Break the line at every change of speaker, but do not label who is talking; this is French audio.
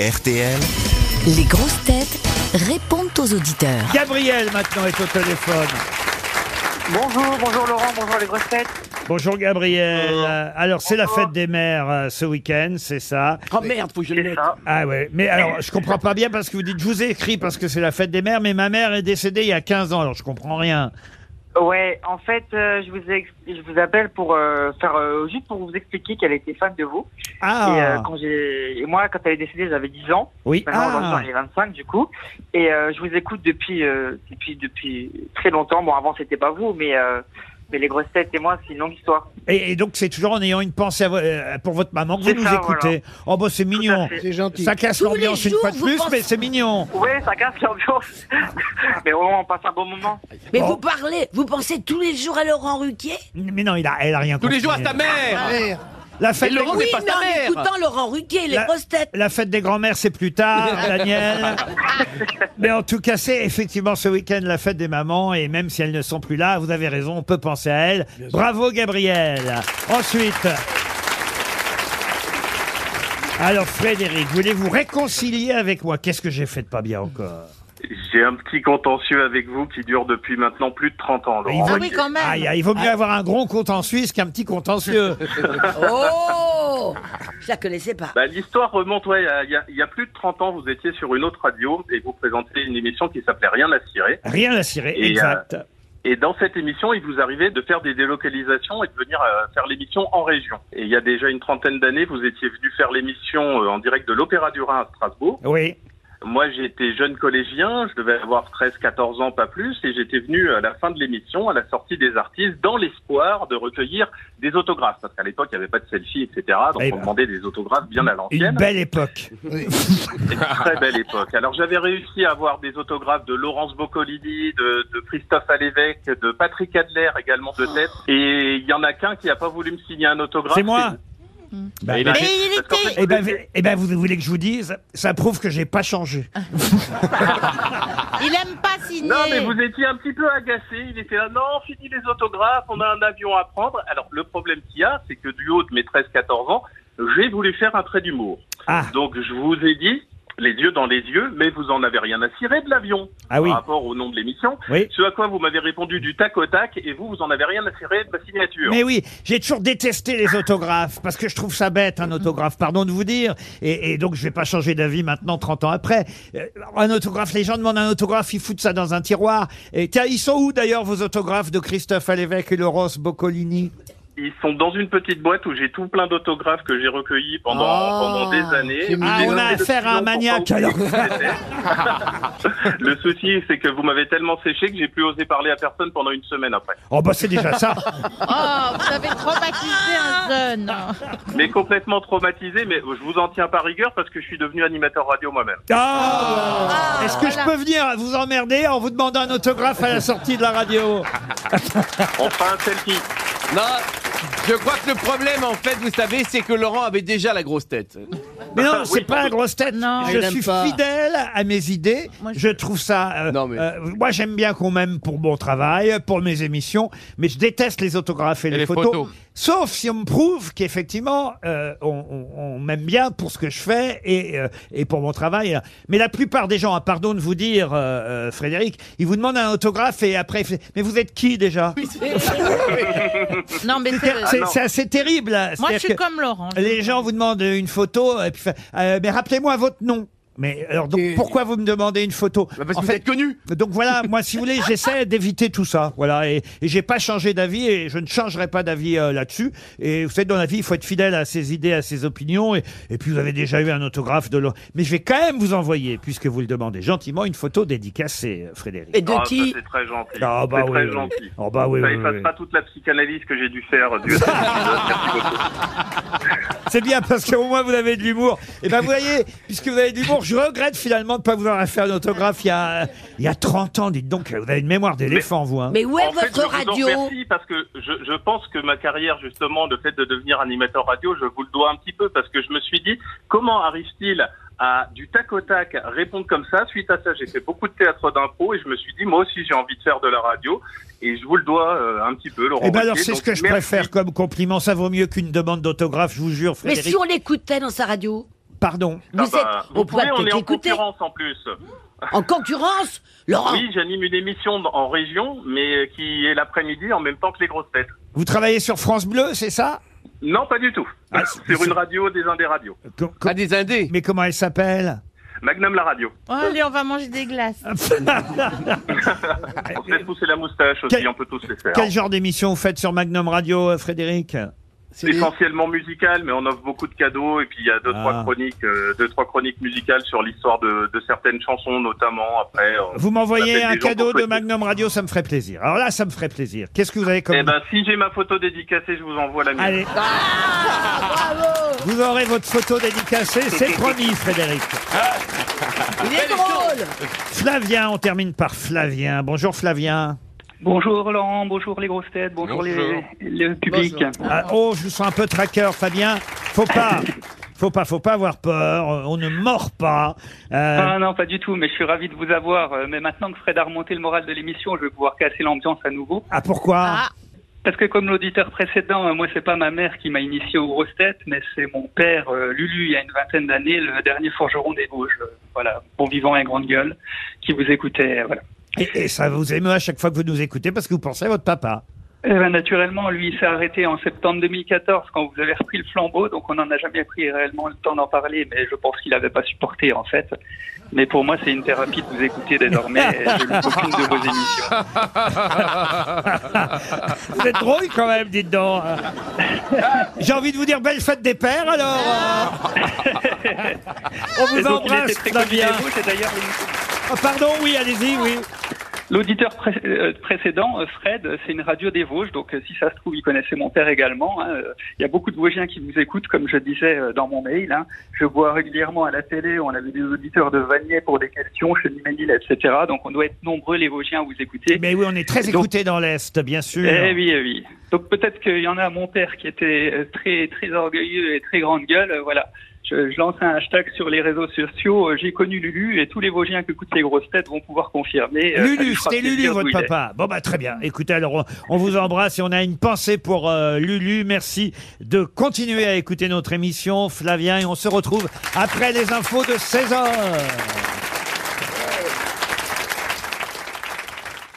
RTL.
Les grosses têtes répondent aux auditeurs.
Gabriel maintenant est au téléphone.
Bonjour, bonjour Laurent, bonjour les grosses têtes.
Bonjour Gabriel. Euh, Alors c'est la fête des mères euh, ce week-end, c'est ça.
Oh merde, faut que je le note.
Ah ouais, mais alors je comprends pas bien parce que vous dites je vous ai écrit parce que c'est la fête des mères, mais ma mère est décédée il y a 15 ans, alors je comprends rien.
Ouais, en fait, euh, je, vous ai ex- je vous appelle pour euh, faire euh, juste pour vous expliquer qu'elle était fan de vous. Et, euh,
Ah
quand j'ai, et moi, quand elle est décédée, j'avais 10 ans.
oui,
Maintenant,
ah,
aujourd'hui, j'en ai 25 du coup. Et euh, je vous écoute depuis, euh, depuis, depuis très longtemps. Bon, avant, c'était pas vous, mais, euh, mais les grosses têtes et moi, c'est une longue histoire.
et, et donc c'est toujours en ayant une pensée à vo- euh, pour votre maman que vous
C'est
nous
ça,
écoutez. Oh bah c'est mignon.
fait.
Ah, C'est gentil.
Ça casse
Tous les
l'ambiance une
jours,
fois de
vous
plus,
pensez-
mais c'est mignon.
Ouais, ça casse l'ambiance. mais au moins, on passe un bon moment.
Mais
Bon.
vous parlez, vous pensez tous les jours à Laurent Ruquier
Mais non, il a, elle a rien
Tous les
compris.
jours à ta mère
La fête,
Et
des,
Laurent-
Oui,
c'est pas
mais
sa
en
mère.
écoutant Laurent Ruquier, les
La-
grosses têtes.
la fête des grands-mères, c'est plus tard, Daniel. Mais en tout cas, c'est effectivement ce week-end la fête des mamans. Et même si elles ne sont plus là, vous avez raison, on peut penser à elles. Bravo, Gabriel. Ensuite. Alors, Frédéric, voulez-vous réconcilier avec moi Qu'est-ce que j'ai fait de pas bien encore
J'ai un petit contentieux avec vous qui dure depuis maintenant plus de 30 ans.
Ah
Laurent.
Ah oui, quand même. il vaut mieux avoir un gros compte en Suisse qu'un petit contentieux.
Oh Je la connaissais pas.
Bah, L'histoire remonte, ouais, à- il y, a, il y a plus de 30 ans, vous étiez sur une autre radio et vous présentez une émission qui s'appelait Rien à cirer.
Rien à cirer,
Et,
exact.
Et dans cette émission, il vous arrivait de faire des délocalisations et de venir euh, faire l'émission en région. Et il y a déjà une trentaine d'années, vous étiez venu faire l'émission euh, en direct de l'Opéra du Rhin à Strasbourg.
Oui.
Moi, j'étais jeune collégien, je devais avoir 13-14 ans, pas plus, et j'étais venu à la fin de l'émission, à la sortie des artistes, dans l'espoir de recueillir des autographes, parce qu'à l'époque, il n'y avait pas de selfie, etc., donc
Eh
on
ben.
demandait des autographes bien à
Une
l'ancienne.
belle époque.
Une très belle époque. Alors, j'avais réussi à avoir des autographes de Laurence Boccolini, de, de Christophe Alévêque, de Patrick Adler, également de tête, et il y en a qu'un qui n'a pas voulu me signer un autographe.
C'est moi Bah,
Et
bah,
il était- parce qu'en fait,
Eh ben, eh ben, vous voulez que je vous dise, ça prouve que j'ai pas changé.
Il aime pas signer.
Bah. Non, mais vous étiez un petit peu agacé. Il était là, non, fini les autographes, on a un avion à prendre. Alors, le problème qu'il y a, c'est que du haut de mes 13-14 ans, j'ai voulu faire un trait d'humour.
Ah,
Donc, je vous ai dit, les yeux dans les yeux, mais vous en avez rien à cirer de l'avion
ah oui,
par rapport au nom de l'émission.
oui.
Ce à quoi vous m'avez répondu du tac au tac, et vous, vous en avez rien à cirer de ma signature.
Mais oui, j'ai toujours détesté les autographes parce que je trouve ça bête un autographe, pardon de vous dire. Et, et donc je vais pas changer d'avis maintenant 30 ans après. Euh, un autographe, les gens demandent un autographe, ils foutent ça dans un tiroir. Et tiens, ils sont où d'ailleurs vos autographes de Christophe Alévêque et Laurence Boccolini
Ils sont dans une petite boîte où j'ai tout plein d'autographes que j'ai recueillis pendant,
Ah,
pendant des années.
c'est
Oh, Ah,
Ils
on
ont
a
J'ai noté
affaire à un
depuis longtemps
maniaque
où
alors.
c'était. Le souci, c'est que vous m'avez tellement séché que j'ai plus osé parler à personne pendant une semaine après.
Oh bah c'est déjà ça.
Oh, vous avez traumatisé un jeune.
Mais complètement traumatisé, mais je vous en tiens par rigueur parce que je suis devenu animateur radio moi-même.
Ah
Ah,
Est-ce que je
voilà.
peux venir vous emmerder en vous demandant un autographe à la sortie de la radio
On fera un selfie.
Non, je crois que le problème, en fait, vous savez, c'est que Laurent avait déjà la grosse tête.
Mais non,
Oui,
c'est pas
sans
la grosse tête.
Non.
je
Il aime
suis
pas.
fidèle à mes idées.
Moi,
je... trouve ça. euh,
Non, mais-
euh, moi, j'aime bien qu'on m'aime pour mon travail, pour mes émissions, mais je déteste les autographes et, les,
les
photos.
photos.
Sauf si on me prouve qu'effectivement, euh, on, on- on m'aime bien pour ce que je fais et, euh, et pour mon travail. Mais la plupart des gens, ah, pardon de vous dire, euh, euh, Frédéric, ils vous demandent un autographe et après, ils font, mais vous êtes qui déjà
Ah Non, mais
C'est-
c'est.
C'est
non.
c'est assez terrible. là.
Moi, je
C'est-à-dire
suis
que-
comme Laurent.
les gens vous demandent une photo, et puis, fa- euh, mais rappelez-moi votre nom. Mais alors, donc,
Et-
pourquoi vous me demandez une photo
Bah, parce
En
que vous
fait,
êtes connu.
donc voilà, moi, si vous voulez, j'essaie d'éviter tout ça. Voilà, et, et j'ai pas changé d'avis et je ne changerai pas d'avis euh, là-dessus. Et vous savez, dans la vie, il faut être fidèle à ses idées, à ses opinions. Et, et puis, vous avez déjà eu un autographe de l'autre. Mais je vais quand même vous envoyer, puisque vous le demandez gentiment, une photo dédicacée, euh, Frédéric.
Et de
Ah, ça,
qui
c'est très gentil.
Ah, bah
c'est
oui,
très
oui, oui.
gentil.
Oh, bah oui,
ça
oui,
efface
oui.
pas toute la psychanalyse que j'ai dû faire. dû à cet épisode. Merci beaucoup.
C'est bien parce qu'au moins vous avez de l'humour. Et ben vous voyez, puisque vous avez de l'humour, je regrette finalement de ne pas vous avoir fait un autographe il y a, il y a 30 ans. Dites donc, vous avez une mémoire d'éléphant, vous. Hein.
Mais où est
En fait, je
votre radio
vous en remercie parce que je, je pense que ma carrière, justement, le fait de devenir animateur radio, je vous le dois un petit peu parce que je me suis dit, comment arrive-t-il à du tac au tac répondre comme ça Suite à ça, j'ai fait beaucoup de théâtre d'impro et je me suis dit, moi aussi, j'ai envie de faire de la radio et je vous le dois euh, un petit peu, Laurent.
Eh ben alors,
Ruquier.
c'est ce
Donc,
que je
merci.
préfère comme compliment. Ça vaut mieux qu'une demande d'autographe, je vous jure,
Mais
Frédéric.
si on l'écoutait dans sa radio
Pardon
Ah
Vous
bah,
êtes-
vous
on pourrait
pouvez, on est
peut-être
en
écouter.
concurrence en plus.
En concurrence
Oh.
Laurent
Oui, j'anime une émission d- en région, mais qui est l'après-midi en même temps que les grosses têtes.
Vous travaillez sur France Bleu, c'est ça
Non, pas du tout.
Ah, c'est-
Sur
c'est-
une radio des uns des radios.
Com- com-
Ah, des indés
Mais comment elle s'appelle
Magnum la radio.
Oh, allez, on va manger des glaces.
On se laisse pousser la moustache aussi,
Quel-
on peut tous les faire.
Quel genre d'émission vous faites sur Magnum Radio, euh, Frédéric
C'est
C'est
des-
essentiellement musical, mais on offre beaucoup de cadeaux et puis il y a deux
Ah.
trois chroniques, euh, deux trois chroniques musicales sur l'histoire de, de certaines chansons notamment. Après, euh,
Vous m'envoyez
appelle
un
des gens
cadeau
pour
de
souhaiter.
Magnum Radio, ça me ferait plaisir. Alors là, ça me ferait plaisir. Qu'est-ce que vous avez comme...
eh ben si j'ai ma photo dédicacée, je vous envoie la mienne.
Allez.
Ah,
vous aurez votre photo dédicacée, c'est promis, Frédéric.
Il est drôle
Flavien, on termine par Flavien. Bonjour Flavien.
Bonjour Laurent, bonjour les grosses têtes, bonjour,
Bonjour.
Les, le public.
Ah, oh, je vous sens un peu traqueur, Fabien. Faut pas, faut pas, faut pas avoir peur. Euh, On ne mord pas. Euh,
Ah non, pas du tout, mais je suis ravi de vous avoir. Euh, Mais maintenant que Fred a remonté le moral de l'émission, je vais pouvoir casser l'ambiance à nouveau.
ah pourquoi
Ah,
Parce que comme l'auditeur précédent, euh, moi c'est pas ma mère qui m'a initié aux grosses têtes, mais c'est mon père euh, Lulu, il y a une vingtaine d'années, le dernier forgeron des Vosges. Euh, Voilà, bon vivant et grande gueule, qui vous écoutait. euh, Voilà.
et, et ça vous émeut à chaque fois que vous nous écoutez parce que vous pensez à votre papa.
Eh ben, naturellement, lui, il s'est arrêté en septembre 2014 quand vous avez repris le flambeau, donc on n'en a jamais pris réellement le temps d'en parler, mais je pense qu'il n'avait pas supporté en fait. Mais pour moi, c'est une thérapie de vous écouter désormais, et je loupe aucune de vos émissions.
Vous êtes drôle quand même, dites donc. J'ai envie de vous dire belle fête des pères alors. On
Et
vous
donc, il
embrasse,
était très connu
Flavien.
des Vosges, et d'ailleurs, il-
Oh, pardon, oui, allez-y, oui.
l'auditeur pré- euh, précédent, euh, Fred, c'est une radio des Vosges, donc euh, si ça se trouve, il connaissait mon père également. hein. Euh, Il y a beaucoup de Vosgiens qui vous écoutent, comme je disais euh, dans mon mail. hein. Je vois régulièrement à la télé, on avait des auditeurs de Vanier pour des questions, Cheniménil, etc. Donc on doit être nombreux les Vosgiens à vous écouter.
Mais oui, on est très
Donc-
écoutés dans l'Est, bien sûr.
Eh oui, eh oui. Donc peut-être qu'il y en a mon père qui était euh, très très orgueilleux et très grande gueule. euh, Voilà. Je, je lance un hashtag sur les réseaux sociaux. euh, J'ai connu Lulu et tous les Vosgiens qui écoutent les grosses têtes vont pouvoir confirmer. euh, ça lui
Lulu,
fera
c'était Lulu,
plaisir
votre
d'où il est.
papa. Bon, bah, très bien. Écoutez, alors, on- on vous embrasse et on a une pensée pour euh, Lulu. Merci de continuer à écouter notre émission, Flavien, et on se retrouve après les infos de 16 heures.